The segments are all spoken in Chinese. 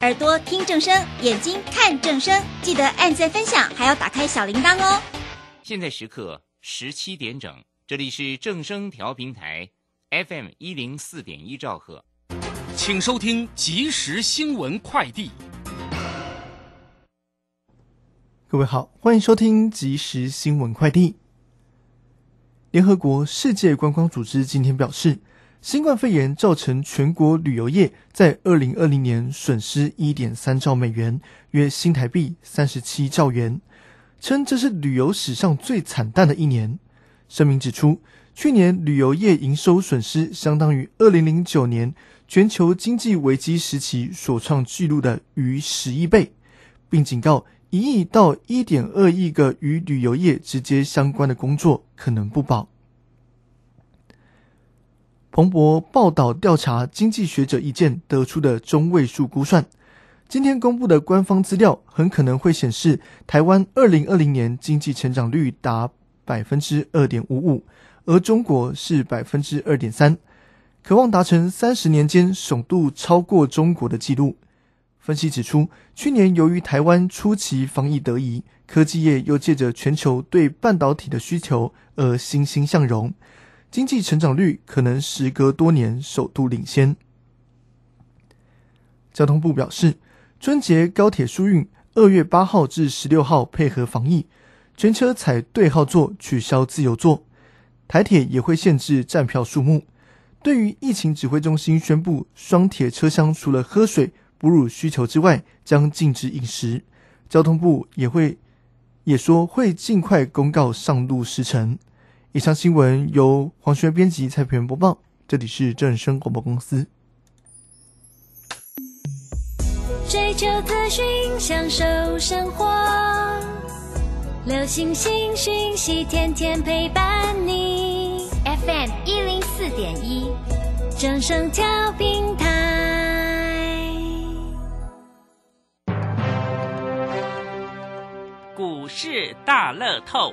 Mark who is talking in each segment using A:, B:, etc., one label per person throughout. A: 耳朵听正声，眼睛看正声，记得按赞分享，还要打开小铃铛哦。
B: 现在时刻十七点整，这里是正声调频台，FM 一零四点一兆赫。
C: 请收听即时新闻快递。
D: 各位好，欢迎收听即时新闻快递。联合国世界观光组织今天表示，新冠肺炎造成全国旅游业在二零二零年损失一点三兆美元，约新台币三十七兆元，称这是旅游史上最惨淡的一年。声明指出，去年旅游业营收损失相当于二零零九年全球经济危机时期所创纪录的逾十亿倍，并警告一亿到一点二亿个与旅游业直接相关的工作可能不保。彭博报道调查经济学者意见得出的中位数估算，今天公布的官方资料很可能会显示，台湾二零二零年经济成长率达百分之二点五五，而中国是百分之二点三，渴望达成三十年间首度超过中国的纪录。分析指出，去年由于台湾初期防疫得宜，科技业又借着全球对半导体的需求而欣欣向荣，经济成长率可能时隔多年首度领先。交通部表示，春节高铁疏运二月八号至十六号配合防疫，全车采对号座取消自由座，台铁也会限制站票数目。对于疫情指挥中心宣布，双铁车厢除了喝水、哺乳需求之外，将禁止饮食。交通部也会也说会尽快公告上路时程。以上新闻由黄轩编辑蔡培元播报，这里是正声广播公司。
E: 追求资讯，享受生活，流星星讯息，天天陪伴你。
F: FM 一零四点一，
E: 正声调频台。
G: 股市大乐透，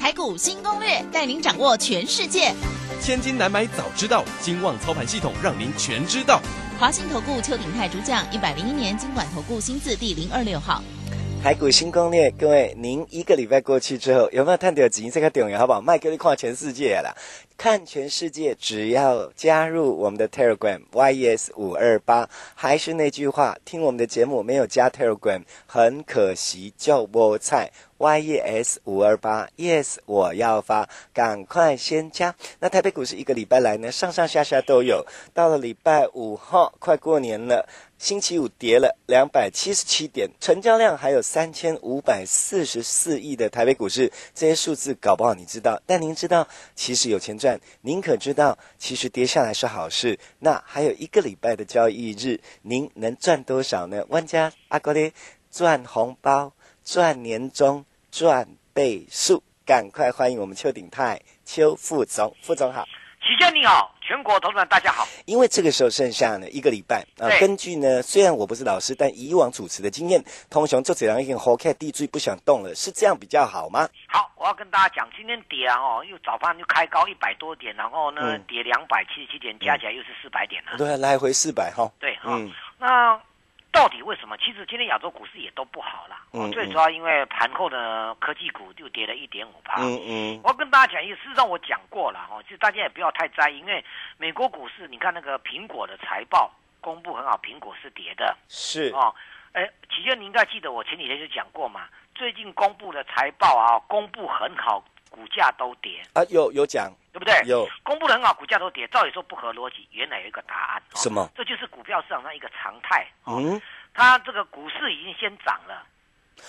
H: 台股新攻略，带您掌握全世界。
I: 千金难买早知道，金旺操盘系统让您全知道。
H: 华信投顾邱鼎泰主讲，一百零一年经管投顾新字第零二六号。
J: 台股新攻略，各位，您一个礼拜过去之后，有没有探点几这个点呀？好不好？卖给你看全世界啦！看全世界，只要加入我们的 Telegram YES 五二八，还是那句话，听我们的节目没有加 Telegram，很可惜，叫菠菜。yes 五二八，yes 我要发，赶快先加。那台北股市一个礼拜来呢，上上下下都有。到了礼拜五号，快过年了，星期五跌了两百七十七点，成交量还有三千五百四十四亿的台北股市，这些数字搞不好你知道，但您知道其实有钱赚，您可知道其实跌下来是好事。那还有一个礼拜的交易日，您能赚多少呢？万家阿哥咧，赚红包，赚年终。赚倍数，赶快欢迎我们邱鼎泰邱副总，副总好，
K: 齐先你好，全国同仁大家好。
J: 因为这个时候剩下呢一个礼拜啊、呃，根据呢虽然我不是老师，但以往主持的经验，通雄就这样一个 h o k 地最不想动了，是这样比较好吗？
K: 好，我要跟大家讲，今天跌啊哦，又早盘就开高一百多点，然后呢、嗯、跌两百七十七点，加起来
L: 嗯
K: 又是四百点了、啊。
J: 对，来回四百哈。
K: 对哈、哦嗯，那。到底为什么？其实今天亚洲股市也都不好了、嗯嗯，最主要因为盘后的科技股就跌了一点五趴。嗯嗯，我跟大家讲，也事实上我讲过了哦，其实大家也不要太在意，因为美国股市，你看那个苹果的财报公布很好，苹果是跌的，
J: 是
K: 哦。哎，齐娟，你应该记得我前几天就讲过嘛，最近公布的财报啊，公布很好，股价都跌，
J: 啊，有有讲，
K: 对不对？
J: 有
K: 公布的很好，股价都跌，照理说不合逻辑。原来有一个答案，哦、
J: 什么？
K: 这就是股票市场上一个常态。哦、
J: 嗯，
K: 它这个股市已经先涨了，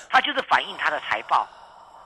K: 它就是反映它的财报。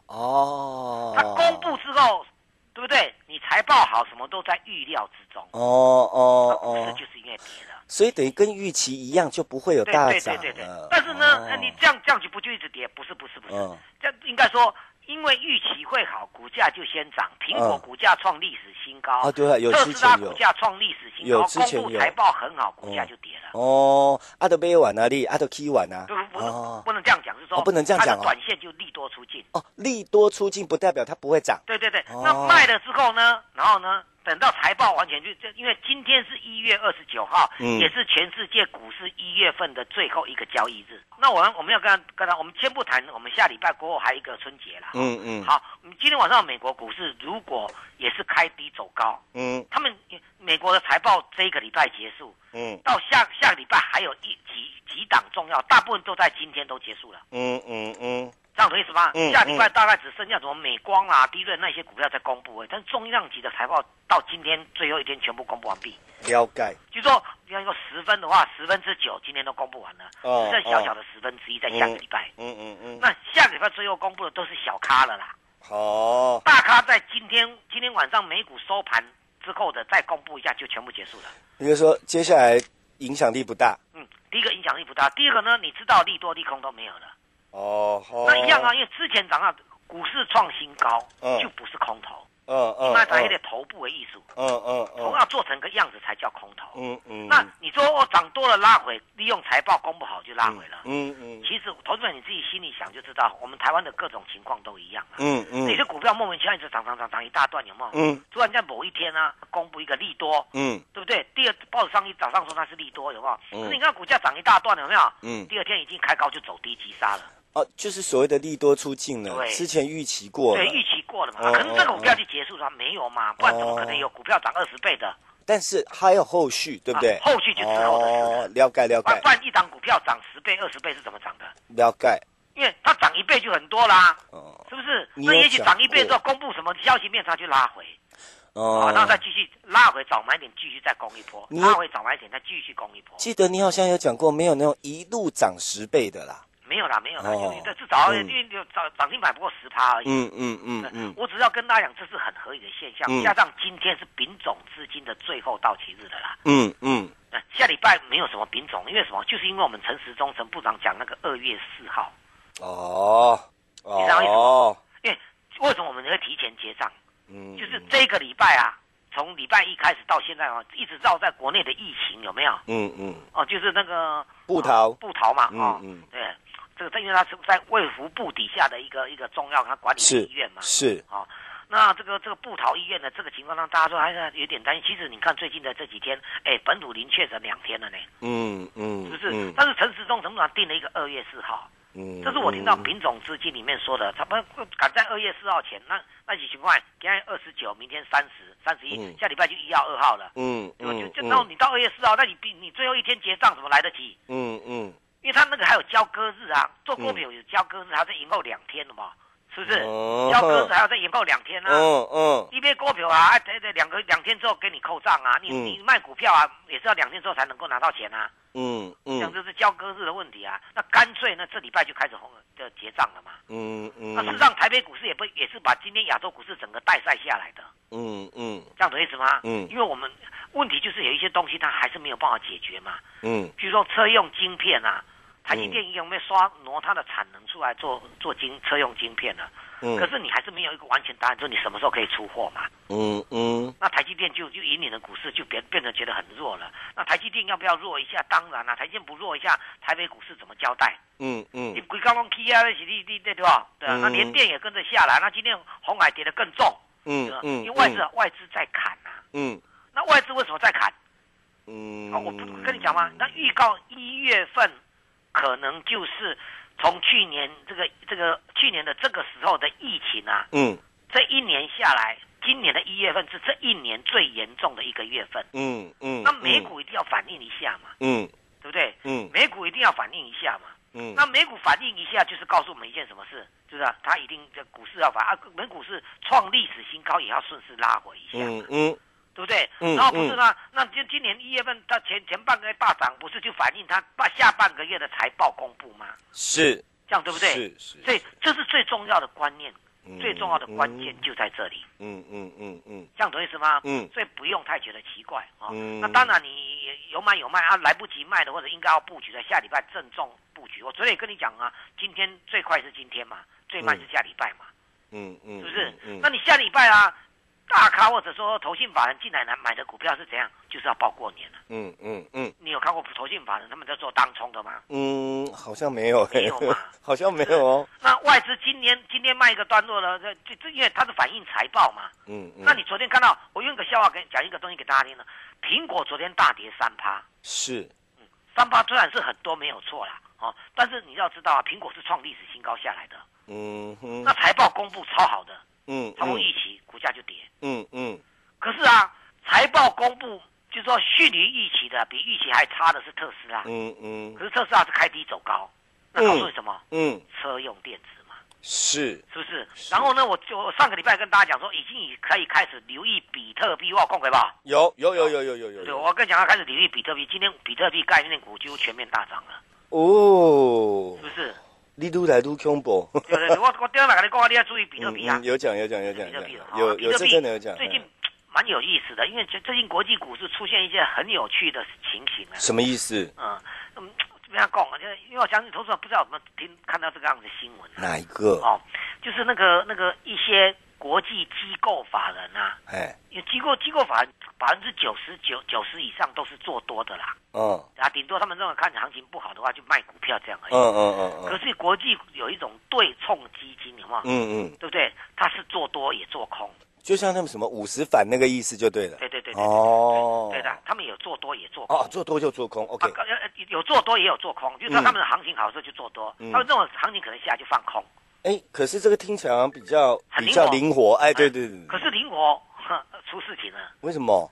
J: 哦，
K: 它公布之后，对不对？你财报好，什么都在预料之中。
J: 哦哦
K: 股市
J: 哦，
K: 就是因为跌了。
J: 所以等于跟预期一样，就不会有
K: 对
J: 大
K: 对
J: 涨
K: 对对对
J: 了。。
K: 但是呢，呃
J: 哦
K: 你这样这样就不就一直跌？不是不是不是，
J: 嗯
K: 这样应该说，因为预期会好，股价就先涨。苹果
J: 嗯
K: 股价创历史新高，
J: 啊对啊有
K: 特
J: 之
K: 斯拉
J: 前有
K: 股价创历史新
J: 有
K: 高，
J: 之前
K: 公布
J: 有嗯
K: 财报很好，股价就跌了。
J: 哦，阿德贝碗啊，利阿德 K 碗啊
K: 不，不不能、
J: 哦
K: 不能这样讲，是说、
J: 哦不能这样讲哦
K: 它的短线就利多出尽。
J: 哦，利多出尽不代表它不会涨。
K: 对对对，
J: 哦
K: 那卖了之后呢？然后呢？等到财报完全就就，因为今天是一月二十九号，
J: 嗯
K: 也是全世界股市一月份的最后一个交易日。那我们我们要跟他跟他，我们先不谈，我们下礼拜过后还有一个春节啦。
J: 嗯嗯
K: 好，我们今天晚上美国股市如果也是开低走高，
J: 嗯
K: 他们美国的财报这一个礼拜结束，
J: 嗯
K: 到下下个礼拜还有一几几档重要，大部分都在今天都结束了。
J: 嗯嗯嗯，
K: 这样懂意思吗？
J: 嗯
K: 下礼拜大概只剩下什么美光啦、低润那些股票在公布而已，但是重量级的财报到今天最后一天全部公布完毕。
J: 了解。
K: 据说要一个十分的话，十分之九今天都公布完了，
J: 哦
K: 只剩小小的十分之一在下个礼拜。
J: 嗯嗯嗯，
K: 那下个礼拜最后公布的都是小咖了啦，
J: 好。
K: 大咖在今天今天晚上美股收盘之后的再公布一下就全部结束了。
J: 你就说接下来影响力不大。
K: 嗯，第一个影响力不大，第二个呢，你知道利多利空都没有了，
J: 哦，好
K: 那一样啊，。因为之前涨到股市创新高，
J: 嗯
K: 就不是空头，
J: 嗯嗯。
K: 那咱也得头部为艺术。
J: 嗯嗯嗯
K: 头要做成个样子才叫空头。
J: 嗯嗯。
K: 那你说我涨多了拉回，利用财报公布好就拉回了。
J: 嗯嗯
K: 其实投资者你自己心里想就知道，我们台湾的各种情况都一样啊。
J: 嗯嗯
K: 有些股票莫名其妙一直涨涨涨涨一大段，有没有？
J: 嗯
K: 突然在某一天呢，公布一个利多，
J: 嗯
K: 对不对？第二报纸上一早上说它是利多，有没有？
J: 嗯
K: 可是你看股价涨一大段，有没有？
J: 嗯。
K: 第二天已经开高就走低急杀了，
J: 哦，就是所谓的利多出尽了，
K: 对
J: 之前预期过了
K: 对，，预期过了嘛。
J: 哦
K: 可是这个股票就结束了，没有嘛？不然怎么可能有股票涨二十倍的？
J: 但是还有后续，对不对？
K: 啊后续就之后的事了
J: 哦，了解了
K: 不然
J: 解
K: 不然一档股票涨十倍、二十倍是怎么涨的？
J: 了解。
K: 因为它涨一倍就很多啦，
J: 哦
K: 是不是？
J: 你
K: 那
J: 有
K: 也许
J: 讲
K: 涨一倍之后
J: 过
K: 公布什么消息面，它就拉回，
J: 哦
K: 啊，然后再继续拉回早买点，继续再攻一波，
J: 你
K: 拉回早买点再继续攻一波。
J: 记得你好像有讲过，没有那种一路涨十倍的啦。
K: 没有啦，没有啦，
J: 哦
K: 因为这至少因
J: 嗯
K: 为涨涨停板不过十趴而已。
J: 嗯嗯嗯嗯，
K: 我只要跟大家讲，这是很合理的现象，
J: 嗯
K: 加上今天是丙种资金的最后到期日的啦。
J: 嗯嗯，
K: 呃下礼拜没有什么丙种，因为什么？就是因为我们陈时中陈部长讲那个二月四号，
J: 哦
K: 知道为什
J: 哦，
K: 因为为什么我们会提前结账？
J: 嗯，
K: 就是这个礼拜啊，从礼拜一开始到现在啊，一直绕在国内的疫情有没有？
J: 嗯嗯，
K: 哦，就是那个
J: 布桃
K: 啊布桃嘛，哦，
J: 嗯嗯
K: 对，这个因为它是在卫福部底下的一个一个重要，它管理的
J: 是
K: 医院嘛，
J: 是，
K: 哦。那这个这个布桃医院的这个情况让大家说还是有点担心。其实你看最近的这几天，哎，本土零确诊两天了呢，
J: 嗯
K: 是
J: 嗯，
K: 不是？
J: 嗯
K: 但是陈时中陈部长定了一个二月四号，
J: 嗯
K: 这是我听到品种资金里面说的，他们赶在二月四号前，那那几情况，今天二十九，明天三十、三十一
J: 嗯，
K: 下礼拜就一号、二号了。
J: 嗯
K: 对吧就
J: 嗯
K: 就到你到二月四号，那你比你最后一天结账怎么来得及？
J: 嗯嗯，
K: 因为他那个还有交割日啊，做股票有交割日，还要再延后两天的嘛，是不是？
J: 哦
K: 交割日还要再延后两天啊。
J: 嗯嗯
K: 一杯股票啊，啊对对，两个两天之后给你扣账啊，你
J: 嗯
K: 你卖股票啊，也是要两天之后才能够拿到钱啊，
J: 嗯
K: 这样
J: 嗯
K: 这是交割日的问题啊。那干脆呢，这礼拜就开始红的结账了嘛。
J: 嗯
K: 那事实
J: 嗯
K: 上，台北股市也不也是把今天亚洲股市整个带赛下来的，
J: 嗯嗯
K: 这样懂意思吗？
J: 嗯
K: 因为我们问题就是有一些东西它还是没有办法解决嘛，
J: 嗯，
K: 比如说车用晶片啊，台积电有没有刷挪它的产能出来做做晶车用晶片呢、啊
J: 嗯
K: 可是你还是没有一个完全答案，说你什么时候可以出货嘛？
J: 嗯嗯，
K: 那台积电就就引领的股市就变变得觉得很弱了。那台积电要不要弱一下？当然啦、啊台积电不弱一下，台北股市怎么交代？
J: 嗯
K: 你
J: 嗯
K: 鬼刚刚 K 啊，那是你你对对吧？对啊，
J: 嗯
K: 那连电也跟着下来，那今天红海跌得更重，对吧
J: 嗯嗯，
K: 因为外资啊外资在砍啊，
J: 嗯
K: 那外资为什么在砍？
J: 嗯，
K: 啊，我不跟你讲吗？那预告一月份可能就是从去年这个这个去年的这个时候的疫情啊，
J: 嗯
K: 这一年下来，今年的一月份是这一年最严重的一个月份，
J: 嗯嗯，
K: 那美股一定要反应一下嘛，
J: 嗯
K: 对不对？
J: 嗯
K: 美股一定要反应一下嘛。
J: 嗯
K: 那美股反映一下，就是告诉我们一件什么事，就是、啊、它一定这股市要反啊，美股是创历史新高，也要顺势拉回一下，
J: 嗯嗯
K: 对不对？
J: 嗯
K: 然后不是呢，那就今年一月份到前前半个月大涨，不是就反映它半下半个月的财报公布吗？
J: 是
K: 这样对不对？
J: 是是
K: 所以这是最重要的观念，
J: 嗯
K: 最重要的关键就在这里，
J: 嗯嗯嗯嗯
K: 这样懂意思吗？
J: 嗯
K: 所以不用太觉得奇怪啊。
J: 嗯
K: 那当然，你有买有卖啊，来不及卖的或者应该要布局的，下礼拜郑重布局。我昨天也跟你讲啊，今天最快是今天嘛，最慢是下礼拜嘛，
J: 嗯嗯，
K: 是不是？
J: 嗯，
K: 那你下礼拜啊，大咖或者说投信法人进来来买的股票是怎样？就是要报过年了。
J: 嗯嗯嗯
K: 你有看过投信法人他们在做当冲的吗？
J: 嗯，好像没有
K: 没有嘛
J: 好像没有哦。
K: 那外资今年今天卖一个段落了，这这这因为它是反映财报嘛。
J: 嗯嗯，
K: 啊那你昨天看到我用一个笑话给讲一个东西给大家听了，苹果昨天大跌三趴，
J: 是
K: 三趴虽然是很多没有错啦，哦，但是你要知道啊，苹果是创历史新高下来的，
J: 嗯哼，
K: 那财报公布超好的，
J: 嗯
K: 超过预期，股价就跌。
J: 嗯嗯
K: 可是啊，财报公布就是说逊于预期的，比预期还差的是特斯拉，
J: 嗯嗯
K: 可是特斯拉是开低走高，那告诉你什么？
J: 嗯，
K: 车用电子。
J: 是
K: 是不是？然后呢，我就我上个礼拜跟大家讲说，已经可以开始留意比特币，我有空回吧？
J: 有有有有有有
K: 对，
J: 有
K: 我跟你讲，要开始留意比特币。今天比特币概念股几乎全面大涨了，
J: 哦
K: 是，不是？
J: 你都来都恐怖，
K: 对对对，我我第二哪跟你讲，你要注意比特币啊，
J: 嗯有讲有讲有讲
K: 比特币啊，
J: 有
K: 比
J: 有
K: 特
J: 这嗯
K: 币
J: 真的有讲，
K: 最近蛮有意思的，因为最最近国际股市出现一些很有趣的情形啊。
J: 什么意思？
K: 嗯嗯，怎么样讲啊？就是因为我相信投资者不知道有没有听看到这个样子的新闻，
J: 哪一个？
K: 哦就是那个那个一些国际机构法人啊，
J: 哎，
K: 因为机构机构法人百分之九十九九十以上都是做多的啦，
J: 嗯
K: 啊，顶多他们认为看行情不好的话就卖股票这样而
J: 嗯
K: 已。
J: 嗯
K: 可
J: 嗯
K: 是国际有一种对冲基金，有没有？
J: 嗯嗯，
K: 对不对？它是做多也做空，
J: 就像那么什么五十反那个意思就对了。
K: 对对对对对
J: 哦，
K: 对的，他们有做多也做空。
J: 哦，做多就做空，OK，
K: 呃呃有做多也有做空，就是说他们的行情好的时候就做多，
J: 嗯
K: 他们这种行情可能下来就放空，
J: 哎，可是这个听起来好像比较
K: 很
J: 比
K: 灵活
J: 较灵活，哎，对对对，对
K: 可是灵活呵出事情了。
J: 为什么？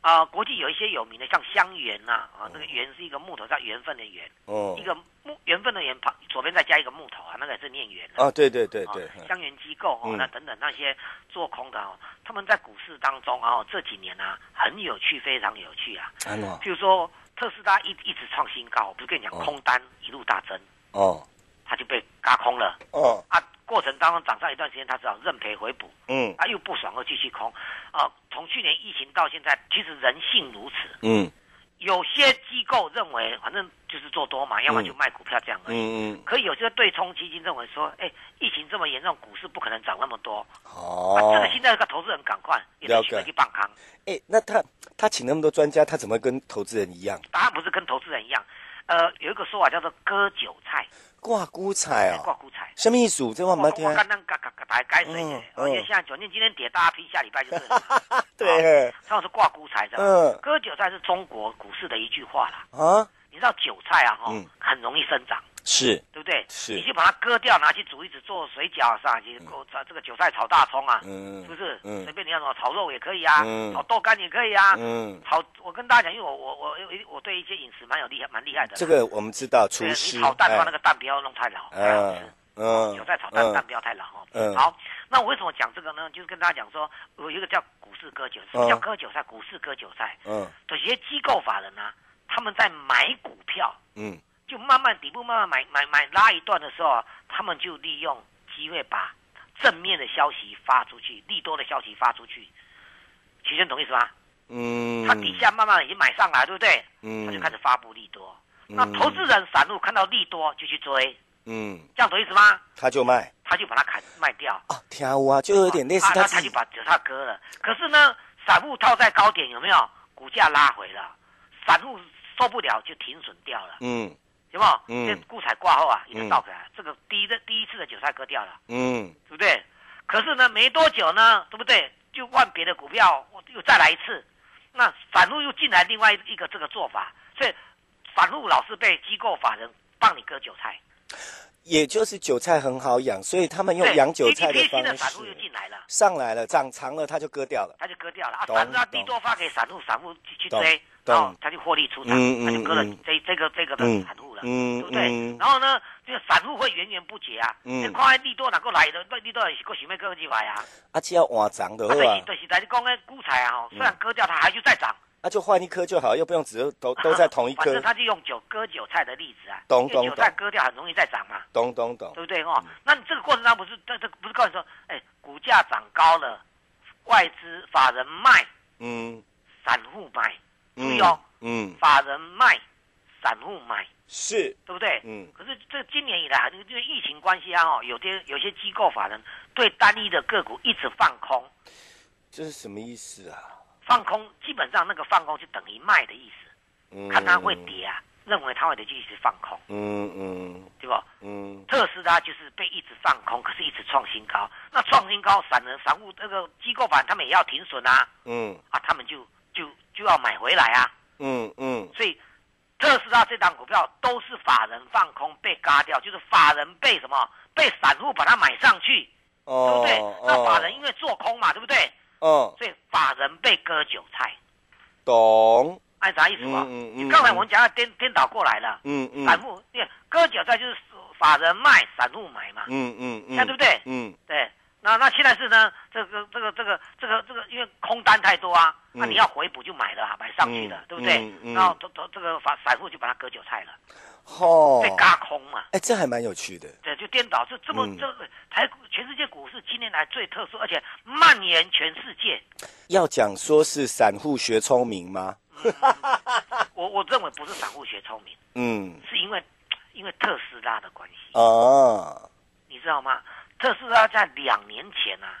K: 啊、国际有一些有名的，像香橼呐、啊，那个橼是一个木头，叫缘分的缘，
J: 哦
K: 一个木缘分的缘旁左边再加一个木头啊，那个也是念缘啊
J: 啊，对对对对，
K: 哦香橼机构哦
J: 嗯，
K: 那等等那些做空的哦，他们在股市当中啊、哦，这几年啊很有趣，非常有趣啊。
J: 安诺，
K: 譬如说特斯拉一一直创新高，我不是跟你讲
J: 哦
K: 空单一路大增，
J: 哦
K: 它就被嘎空了
J: 哦，
K: 啊。过程当中涨上一段时间，它只好认赔回补，
J: 嗯
K: 啊又不爽又继续空，啊，从去年疫情到现在，其实人性如此。
J: 嗯
K: 有些机构认为，反正就是做多嘛，要么就卖股票这样而已。
J: 嗯嗯，
K: 可有些对冲基金认为说，哎，疫情这么严重，股市不可能涨那么多。啊，
J: 哦
K: 这个现在个投资人赶快也
J: 了
K: 得
J: 解
K: 去去办康。
J: 哎，那他他请那么多专家，他怎么跟投资人一样
K: 答案不是跟投资人一样，呃，有一个说法叫做割韭菜，
J: 挂孤彩
K: 哎挂
J: 哦？
K: 股彩。
J: 什么意思？这我没听啊
K: 我。刚刚嘎嘎嘎白该谁
J: 嗯
K: 的？哦因为
J: 嗯
K: 现在酒店今天跌，大家拼下礼拜就是了。
J: 对
K: 他们是挂股彩的，
J: 嗯
K: 割韭菜是中国股市的一句话啦。
J: 啊，
K: 你知道韭菜啊，哈
J: 嗯，
K: 很容易生长。
J: 是
K: 对不对？
J: 是
K: 你去把它割掉，拿去煮一煮，做水饺啊啥，去够炒这个韭菜炒大葱啊，
J: 嗯
K: 是不是？
J: 嗯
K: 随便你要什么炒肉也可以啊，
J: 嗯
K: 炒豆干也可以啊，
J: 嗯，
K: 炒我跟大家讲，因为我我我我我对一些饮食蛮有厉害，蛮厉害的啦。
J: 这个我们知道，厨
K: 对
J: 师
K: 你炒蛋的话，
J: 哎
K: 那个蛋不要弄太老，太好吃
J: 嗯。嗯，
K: 韭菜炒蛋，
J: 嗯
K: 蛋不要太老哦。
J: 嗯
K: 好，那我为什么讲这个呢？就是跟大家讲说，我有一个叫股市割韭菜，什么叫
J: 嗯
K: 割韭菜？股市割韭菜，
J: 嗯
K: 有些机构法人呢、他们在买股票，
J: 嗯
K: 就慢慢底部慢慢买买买拉一段的时候啊，他们就利用机会把正面的消息发出去，利多的消息发出去。徐生懂意思吗？
J: 嗯，
K: 他底下慢慢已经买上来，对不对？
J: 嗯
K: 他就开始发布利多。那投资人散户看到利多就去追，
J: 嗯，
K: 这样懂意思吗？
J: 他就卖
K: 他就把它砍卖掉，
J: 啊，跳舞啊，就有点类似
K: 啊
J: 他
K: 那
J: 自
K: 他
J: 己
K: 就把韭菜割了。可是呢，散户套在高点有没有？股价拉回了，散户受不了就停损掉了。
J: 嗯
K: 有没有？
J: 嗯
K: 这股彩挂后啊，也就倒回来。这个第一的第一次的韭菜割掉了，
J: 嗯
K: 对不对？可是呢，没多久呢，对不对？就换别的股票，我又再来一次，那反路又进来另外一个这个做法，所以反路老是被机构法人帮你割韭菜，
J: 也就是韭菜很好养，所以他们用
K: 对
J: 养韭
K: 一
J: 菜
K: 一批
J: 方
K: 新的散户又
J: 式
K: 进来了，
J: 上来了，长长了他就割掉了。
K: 他就割掉了啊，
J: 懂
K: 反正他
J: 懂
K: 利多发给散户，散户去去
J: 懂
K: 追，
J: 懂
K: 然后他就获利出场，
J: 嗯嗯
K: 他就割了
J: 嗯
K: 这这个这个的
J: 嗯
K: 散户了。了，
J: 嗯
K: 对不对？
J: 嗯
K: 然后呢，这个散户会源源不绝啊，
J: 嗯
K: 你看利多哪个来的，利多也是够想要各几来啊，
J: 啊，只要换涨的
K: 啊，对
J: 话
K: 是，就是来你讲的股彩啊，哦虽然
J: 嗯
K: 割掉它还就再涨，
J: 啊，就换一颗就好，又不用只都都在同 一
K: 反
J: 颗
K: 正。他就用韭割韭菜的例子啊，
J: 懂
K: 因为
J: 懂
K: 韭菜
J: 懂嗯
K: 割掉很容易再涨嘛，
J: 懂懂懂
K: 对，不对哦？那你这个过程当中不是，这这不是告诉你说，哎，股价涨高了，外资法人卖，
J: 嗯
K: 散户买，注
J: 嗯
K: 意哦，
J: 嗯，
K: 法人卖，散户买，
J: 是，
K: 对不对？
J: 嗯
K: 可是这今年以来，因为疫情关系啊，哦，有些有些机构法人对单一的个股一直放空，
J: 这是什么意思啊？
K: 放空基本上那个放空就等于卖的意思，
J: 嗯，
K: 看它会跌啊，认为它会跌就一直放空，
J: 嗯嗯
K: 对不？
J: 嗯
K: 特斯拉就是被一直放空，可是一直创新高。那创新高，散人散户那个机构版他们也要停损啊，
J: 嗯
K: 啊，他们就就就要买回来啊。
J: 嗯嗯，
K: 所以特斯拉这档股票都是法人放空被嘎掉，就是法人被什么被散户把它买上去，对
J: 哦
K: 不对？那法人
J: 哦
K: 因为做空嘛，对不对？
J: 哦，
K: 所以法人被割韭菜，
J: 懂，
K: 按啥意思嘛？
J: 嗯
K: 你刚才我们讲要颠颠倒过来了，
J: 嗯嗯，
K: 散户因为割韭菜就是法人卖，散户买嘛，
J: 嗯嗯嗯，
K: 看对不对
J: 嗯
K: 对。那那现在是呢，这个这个这个这个这个，因为空单太多啊，那、
J: 嗯
K: 你要回补就买了啊，买上去了，
J: 嗯
K: 对不对？
J: 嗯嗯
K: 然后这这这个法散户就把它割韭菜了，
J: 吼哦
K: 被，嘎空嘛。
J: 哎，这还蛮有趣的，
K: 对，就颠倒，这这么、
J: 嗯
K: 这个台股全世界股市今年来最特殊，而且蔓延全世界。
J: 要讲说是散户学聪明吗？
K: 我我认为不是散户学聪明，
J: 嗯
K: 是因为因为特斯拉的关系，
J: 啊，
K: 你知道吗？特斯拉在两年前啊，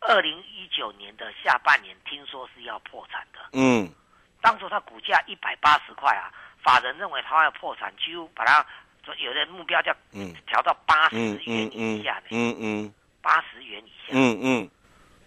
K: 二零一九年的下半年听说是要破产的，
J: 嗯
K: 当初它股价一百八十块啊，法人认为它要破产，几乎把它有的目标叫
J: 嗯
K: 调到八十
J: 嗯嗯
K: 元以
J: 嗯
K: 下呢，
J: 嗯嗯
K: 八十元以下，
J: 嗯嗯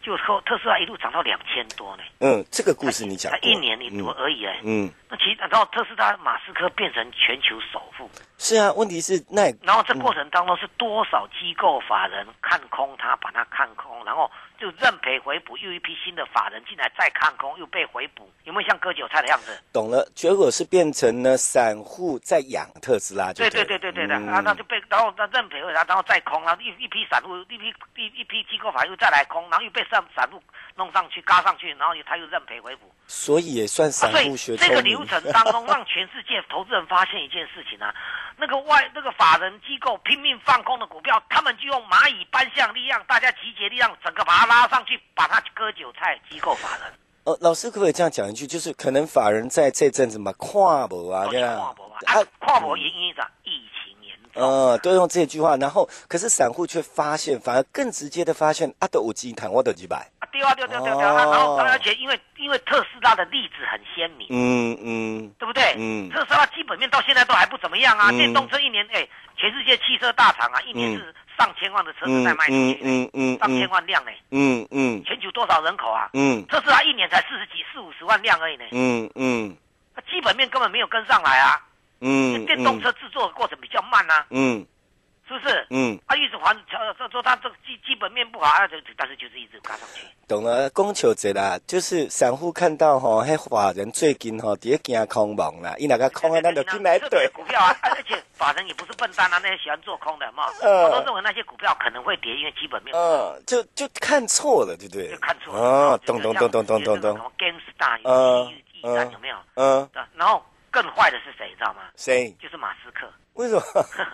K: 就后特斯拉一路涨到两千多呢。
J: 嗯，这个故事你讲
K: 才
J: 过，
K: 一年一多而已哎、
J: 嗯，
K: 那其实等到特斯拉马斯克变成全球首富，
J: 是啊，问题是那
K: 然后这
J: 嗯
K: 过程当中是多少机构法人看空他，把他看空，然后就认赔回补，又一批新的法人进来再看空，又被回补，有没有像割韭菜的样子？
J: 懂了，结果是变成了散户在养特斯拉就
K: 对
J: 对
K: 对
J: 了
K: 对对对的，
J: 嗯
K: 啊，那就被然后那认赔回来，然后再空，然后一一批散户，一批一一批机构法人又再来空，然后又被散散户弄上去，嘎上去，然后又他又认赔回补。
J: 所以也算
K: 啊
J: 散
K: 所
J: 户
K: 以
J: 学聪
K: 这个
J: 明
K: 流程当 中，让全世界投资人发现一件事情啊，那个外那个法人机构拼命放空的股票，他们就用蚂蚁搬象力量，大家集结力量，整个把它拉上去，把它割韭菜。机构法人
J: 呃，老师可不可以这样讲一句？就是可能法人在这阵子嘛，跨博啊，嗯对吧？
K: 啊，跨国原因长疫情严重，
J: 呃，都用这句话，然后可是散户却发现，反而更直接的发现，啊，都有鸡谈，我都几百。
K: 啊对啊对啊对啊对啊，
J: 哦
K: 啊然后而且因为因为特斯拉的例子很鲜明，
J: 嗯嗯
K: 对不对？
J: 嗯
K: 特斯拉基本面到现在都还不怎么样啊，
J: 嗯
K: 电动车一年哎，全世界汽车大厂啊，一年
J: 嗯
K: 是上千万的车子
J: 嗯
K: 在卖出去，
J: 嗯嗯嗯
K: 上千万辆哎呢。
J: 嗯嗯
K: 全球多少人口啊？
J: 嗯
K: 特斯拉一年才四十几、四五十万辆而已呢，
J: 嗯嗯
K: 它基本面根本没有跟上来啊。
J: 嗯，
K: 电动车制作的过程比较慢啊，
J: 嗯
K: 是不是？
J: 嗯，
K: 啊，一直还说说它这个基基本面不好啊，就但是就是一直嘎上去。
J: 懂了，供求者啦，就是散户看到吼，迄法人最近吼，伫咧惊空亡啦，伊若个空啊，咱就进来
K: 特别
J: 对。
K: 股票啊，啊而且法人也不是笨蛋啊，那些喜欢做空的嘛，
J: 呃
K: 我都认为那些股票可能会跌，因为基本面
J: 嗯，就就看错了，对不对？就
K: 看错了。
J: 啊，懂懂懂懂懂懂
K: 什
J: 懂
K: 么。GameStar 有
J: 嗯
K: 抑郁
J: 嗯
K: 有没有？
J: 嗯，
K: 然后更坏的是谁，你知道吗？
J: 谁？
K: 就是马斯克。
J: 为什么？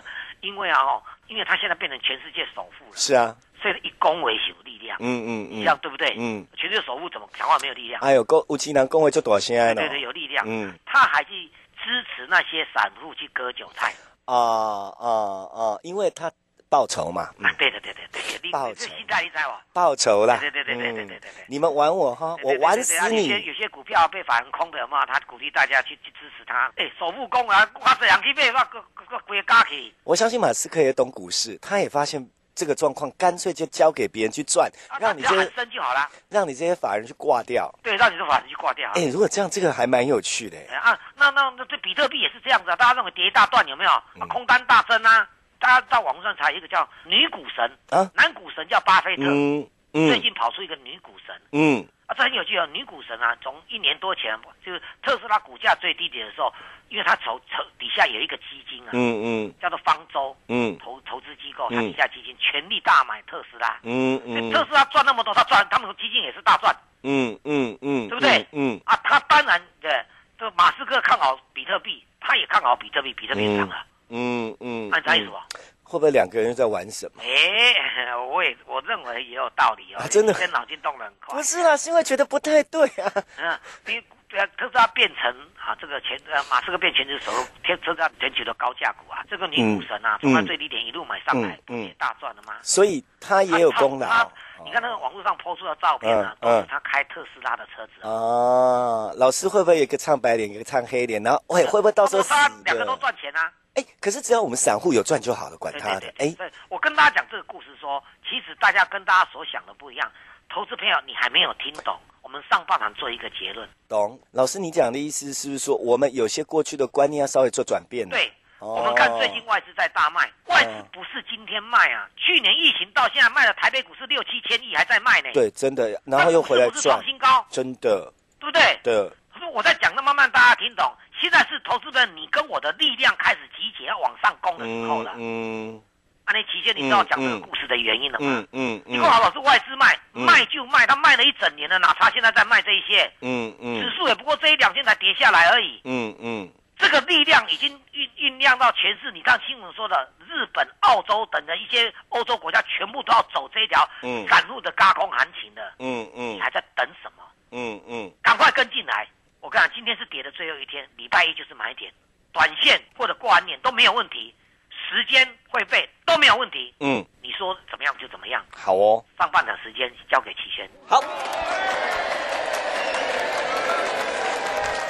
K: 因为啊、哦，因为他现在变成全世界首富了，
J: 是啊，
K: 所以一攻为有力量，
J: 嗯嗯嗯，
K: 力量对不对？
J: 嗯，
K: 全世界首富怎么讲话没有力量？
J: 哎呦，够有钱人讲话就大声的
K: 对对
J: 咯
K: 对，有力量。
J: 嗯，
K: 他还去支持那些散户去割韭菜。
J: 啊啊啊，因为他报仇嘛，嗯
K: 啊，对的对的对的，你
J: 报
K: 你这
J: 仇
K: 心态你知道吗？
J: 报仇啦。
K: 对对对对对对对
J: 对你们玩我哈，
K: 对
J: 我
K: 对对
J: 玩
K: 对对
J: 死
K: 啊有些
J: 你。
K: 有些股票被法人空的嘛，他鼓励大家去去支持他。哎，首富攻啊，我这两去买，我个个个加去。
J: 我相信马斯克也懂股市，他也发现这个状况，干脆就交给别人去赚，让你
K: 啊只要喊
J: 这些
K: 声就好了。
J: 让你这些法人去挂掉。
K: 对，让你的法人去挂掉。
J: 哎，如果这样，这个还蛮有趣的。
K: 啊哎啊，那那那这比特币也是这样子啊，大家认为跌一大段有没有？
J: 嗯
K: 啊、空单大增啊！大家到网上查一个叫女股神
J: 啊，
K: 男股神叫巴菲特，
J: 嗯
K: 最
J: 嗯
K: 近跑出一个女股神，
J: 嗯
K: 啊，这很有趣哦，女股神啊，从一年多前就是特斯拉股价最低点的时候，因为它筹筹底下有一个基金啊，
J: 嗯嗯，
K: 叫做方舟，
J: 嗯，
K: 投投资机构，它
J: 嗯
K: 底下基金全力大买特斯拉，
J: 嗯
K: 所以
J: 嗯，
K: 特斯拉赚那么多，他赚他们基金也是大赚
J: 嗯嗯嗯，
K: 对不对
J: 嗯
K: 啊，他当然的，这马斯克看好比特币，他也看好比特币，比特币涨了，
J: 嗯嗯，
K: 那你猜什么？
J: 会不会两个人在玩什么？
K: 哎，我也我认为也有道理哦，
J: 啊真的
K: 这脑筋动得很快，
J: 不是啦，是因为觉得不太对啊。
K: 嗯，因为呃，特斯拉变成啊，这个全呃，马斯克变全球首富，特特斯拉全球的高价股啊，这个女股神啊，
J: 嗯
K: 从它
J: 嗯
K: 最低点一路买上来，不
J: 嗯
K: 也大赚了吗？啊
J: 所以他也有功劳
K: 他你看那个网络上抛出的照片啊，
J: 嗯
K: 都
J: 嗯
K: 是他开特斯拉的车子啊，
J: 啊。老师会不会有一个唱白脸，一个唱黑脸？然后喂，会不会到时候死
K: 他两个都
J: 的？
K: 赚钱啊。
J: 哎，可是只要我们散户有赚就好了，管他的。哎，
K: 对，我跟大家讲这个故事说，其实大家跟大家所想的不一样，投资朋友你还没有听懂，我们上半场做一个结论。
J: 懂。老师，你讲的意思是不是说我们有些过去的观念要稍微做转变呢？
K: 对，
J: 哦嗯
K: 我们看最近外资在大卖，外资不是今天卖啊，去年疫情到现在卖了台北股市六七千亿，还在卖呢，
J: 对，真的，然后又回来
K: 不是
J: 赚
K: 创，新高，
J: 真的
K: 对不对？
J: 的，
K: 所以我在讲的慢慢大家听懂。现在是投资人你跟我的力量开始集结，要往上攻的时候
J: 嗯
K: 了。
J: 嗯
K: 啊，那期间你知道讲这个
J: 嗯嗯
K: 故事的原因了吗？
J: 嗯嗯
K: 你跟我老是外资卖，
J: 嗯
K: 卖就卖，他卖了一整年了，哪怕现在在卖这一些，
J: 嗯
K: 指
J: 嗯
K: 数也不过这一两天才跌下来而已。
J: 嗯嗯
K: 这个力量已经酝酝酿到全市，你看新闻说的，日本、澳洲等的一些欧洲国家全部都要走这一条
J: 嗯
K: 赶路的轧空行情的，
J: 嗯嗯
K: 你还在等什么？
J: 嗯嗯，
K: 赶快跟进来！我跟你讲，今天是跌的最后一天，礼拜一就是买点，短线或者挂完点都没有问题，时间会费都没有问题。
J: 嗯，
K: 你说怎么样就怎么样，
J: 好哦。
K: 上半场时间交给齐轩。
J: 好，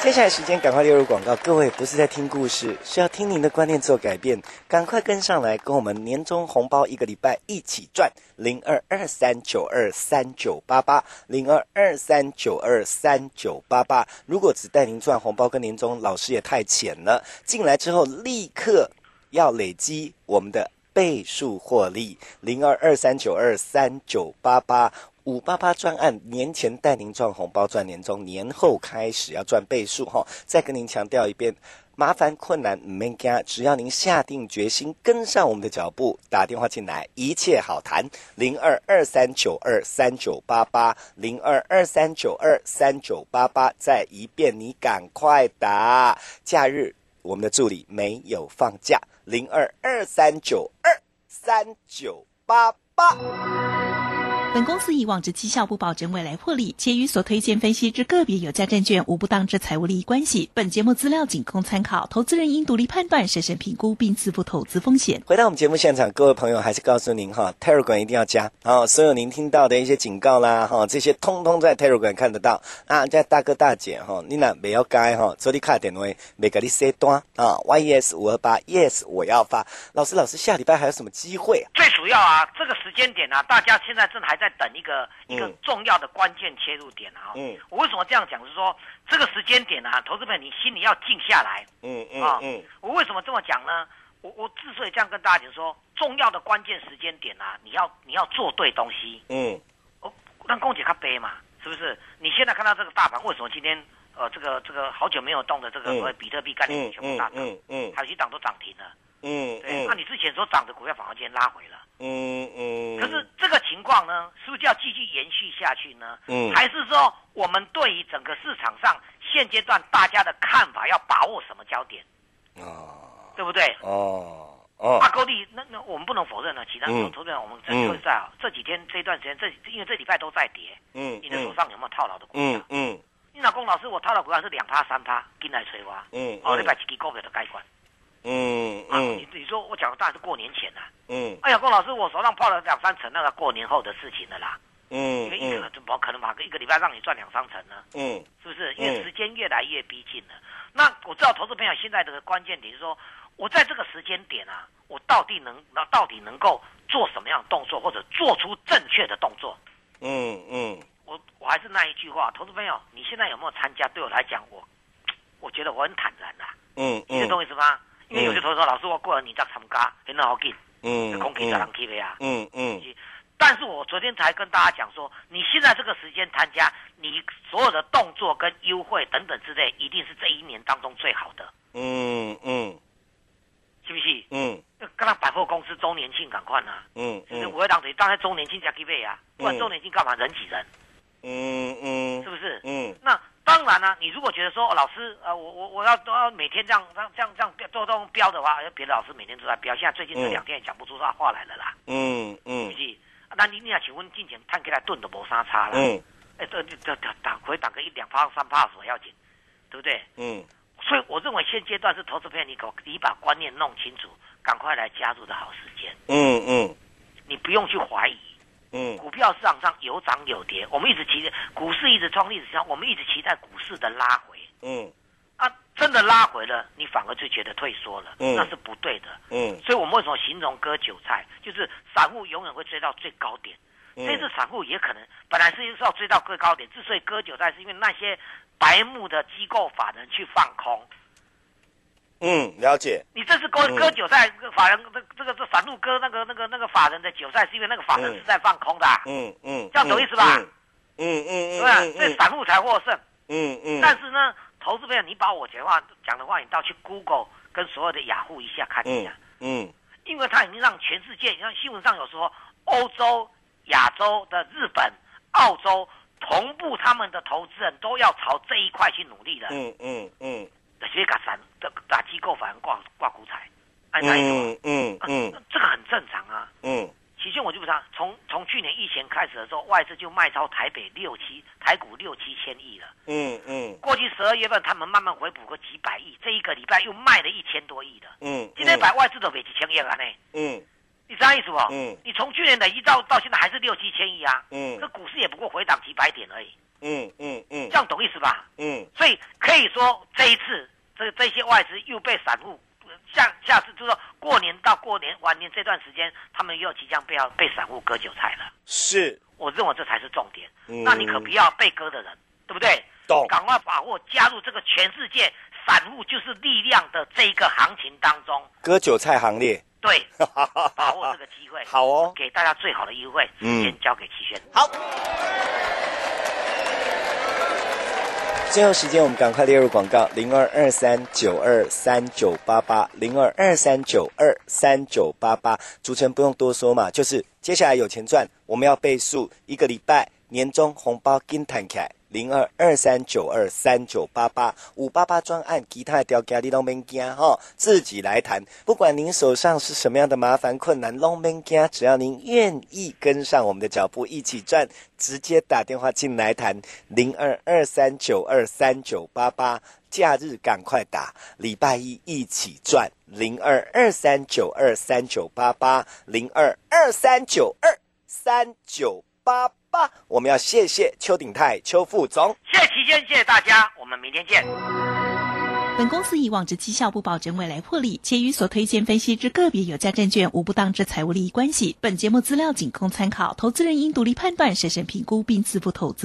J: 接下来时间赶快列入广告，各位不是在听故事，是要听您的观念做改变，赶快跟上来，跟我们年终红包一个礼拜一起赚零二二三九二三九八八零二二三九二三九八八。如果只带您赚红包跟年终，老师也太浅了。进来之后立刻要累积我们的倍数获利，零二二三九二三九八八。五八八专案年前带您赚红包赚年终，年后开始要赚倍数哈、再跟您强调一遍，麻烦困难没加，只要您下定决心跟上我们的脚步，打电话进来，一切好谈。零二二三九二三九八八，零二二三九二三九八八，再一遍，你赶快打。假日我们的助理没有放假，零二二三九二三九八八。
M: 本公司以往之绩效不保证未来获利，且与所推荐分析之个别有价证券无不当之财务利益关系。本节目资料仅供参考，投资人应独立判断、审慎评估并自负投资风险。
J: 回到我们节目现场，各位朋友还是告诉您哈，Telegram 一定要加啊、所有您听到的一些警告啦哈、这些通通在 Telegram 看得到。啊，这大哥大姐哈、你若没有改哈，昨天卡点位没给你 say 端啊，yes 五二八 yes 我要发。老师老师，下礼拜还有什么机会啊？
K: 最主要啊，这个时间点啊，大家现在正还在等一个
J: 嗯
K: 一个重要的关键切入点啊。
J: 嗯
K: 我为什么这样讲？是说这个时间点啊，投资朋友你心里要静下来。
J: 嗯
K: 啊
J: 嗯嗯
K: 我为什么这么讲呢？我我之所以这样跟大家讲说，重要的关键时间点啊，你要你要做对东西。
J: 嗯
K: 让公姐看杯嘛，是不是？你现在看到这个大盘，为什么今天呃这个这个好久没有动的这个
J: 嗯
K: 所谓比特币概念
J: 嗯
K: 股全部
J: 嗯
K: 大涨，
J: 嗯嗯
K: 还有一档都涨停了。
J: 嗯
K: 对，那你之前所涨的股票反而今天拉回了。
J: 嗯嗯
K: 可是这个情况呢，是不是要继续延续下去呢？
J: 嗯
K: 还是说我们对于整个市场上现阶段大家的看法要把握什么焦点？
J: 哦
K: 对不对？
J: 哦哦
K: 挂钩率，那那我们不能否认了。其他
J: 嗯
K: 投资者，我们这
J: 嗯
K: 就是在啊，这几天这一段时间，这因为这礼拜都在跌，
J: 嗯
K: 你的手上有没有套牢的股？
J: 嗯嗯
K: 你老公老师，我套牢股票是两趴三趴，进来催我啊，
J: 嗯
K: 哦，你把几支股票都该管。
J: 嗯
K: 啊，你你说我讲的当然是过年前啦、
J: 嗯
K: 哎呀，龚老师，我手上泡了两三成，那个过年后的事情了啦。因
J: 嗯
K: 为一个怎么可能把一个礼拜让你赚两三成呢？
J: 嗯
K: 是不是？因为
J: 嗯
K: 时间越来越逼近了。那我知道投资朋友现在这个关键点是说，我在这个时间点啊，我到底能那到底能够做什么样的动作，或者做出正确的动作？
J: 嗯嗯
K: 我我还是那一句话，投资朋友，你现在有没有参加？对我来讲，我我觉得我很坦然啦、
J: 嗯
K: 你懂我意思吗？因为有些
J: 嗯
K: 投资说，老师我过了你再参加，很好劲，
J: 嗯
K: 空气在人去的啊。
J: 嗯嗯
K: 但但是我昨天才跟大家讲说，你现在这个时间参加，你所有的动作跟优惠等等之类，一定是这一年当中最好的。
J: 嗯嗯，
K: 是不是？
J: 嗯，
K: 刚刚百货公司周年庆赶快啊，
J: 嗯
K: 是不是？五月档等于当然周年庆加 K 倍啊，不然周年庆干嘛人挤人？
J: 嗯嗯，
K: 是不是？
J: 嗯，
K: 那当然啦、你如果觉得说、哦老师，呃，我我我要都要每天这样这样这样这样都都标的话，别的老师每天都在标，现在最近这两天也讲不出啥话来了啦，
J: 嗯
K: 是
J: 嗯
K: 不是？啊那你你也请问进前探起来炖都没啥差啦，
J: 嗯
K: 哎、这这这打打回打个一两趴三趴有什么要紧，对不对？
J: 嗯
K: 所以我认为现阶段是投资朋友，你搞你把观念弄清楚，赶快来加入的好时间，
J: 嗯嗯
K: 你不用去怀疑。
J: 嗯
K: 股票市场上有涨有跌，我们一直期待股市一直创历史新高，我们一直期待股市的拉回。
J: 嗯
K: 啊，真的拉回了，你反而就觉得退缩了，
J: 嗯
K: 那是不对的。
J: 嗯
K: 所以我们为什么形容割韭菜，就是散户永远会追到最高点。
J: 嗯
K: 这次散户也可能本来是要追到最高点，之所以割韭菜，是因为那些白目的机构法人去放空。
J: 嗯，了解。
K: 你这次割
J: 嗯
K: 割韭菜，法人这这个这散户割那个那个那个法人的韭菜，是因为那个法人
J: 嗯
K: 是在放空的啊、
J: 嗯嗯，
K: 这样懂意思吧？
J: 嗯嗯嗯，
K: 对吧？
J: 嗯
K: 所以散户才获胜。
J: 嗯嗯，
K: 但是呢，投资朋友，你把我讲话讲的话，你到去 Google 跟所有的雅虎一下看一
J: 嗯
K: 下，
J: 嗯
K: 因为它已经让全世界，你看新闻上有说，欧洲、亚洲的日本、澳洲同步，他们的投资人都要朝这一块去努力的，
J: 嗯嗯嗯，
K: 所以把散的打机构反而挂挂股彩，哎，哪一种？
J: 嗯嗯嗯
K: 这个很正常啊。
J: 嗯
K: 其实我就不知道，从从去年疫情开始的时候，外资就卖超台北六七台股六七千亿了。
J: 嗯嗯
K: 过去十二月份他们慢慢回补个几百亿，这一个礼拜又卖了一千多亿的，
J: 嗯，
K: 今天把外资都没几千亿了呢，
J: 嗯
K: 你知道意思不？
J: 嗯
K: 哦你从去年的一到到现在还是六七千亿啊，
J: 嗯
K: 这股市也不过回档几百点而已，
J: 嗯嗯嗯，
K: 这样懂意思吧？
J: 嗯
K: 所以可以说这一次这这些外资又被散户。呃下下次就是说过年到过年晚年这段时间，他们又即将被要被散户割韭菜了。
J: 是，
K: 我认为这才是重点。
J: 嗯
K: 那你可不要被割的人，对不对？
J: 懂
K: 赶快把握加入这个全世界散户就是力量的这一个行情当中，
J: 割韭菜行列。
K: 对，把握这个机会，
J: 好哦
K: 给大家最好的优惠，时
J: 嗯
K: 间交给齐轩。
J: 好。最后时间，我们赶快列入广告：零二二三九二三九八八，零二二三九二三九八八。主持人不用多说嘛，就是接下来有钱赚，我们要倍数一个礼拜年终红包金弹起来。零二二三九二三九八八五八八专案，其他的条件你都免惊哈，自己来谈。不管您手上是什么样的麻烦困难，都免惊，只要您愿意跟上我们的脚步，一起赚，直接打电话进来谈零二二三九二三九八八。假日赶快打，礼拜一一起赚零二二三九二三九八八零二二三九二三九八八。我们要谢谢邱鼎泰邱副总。
K: 谢谢齐轩，谢谢大家，我们明天见。
M: 本公司以往之绩效不保证未来获利，且与所推荐分析之个别有价证券无不当之财务利益关系。本节目资料仅供参考，投资人应独立判断、审慎评估并自负投资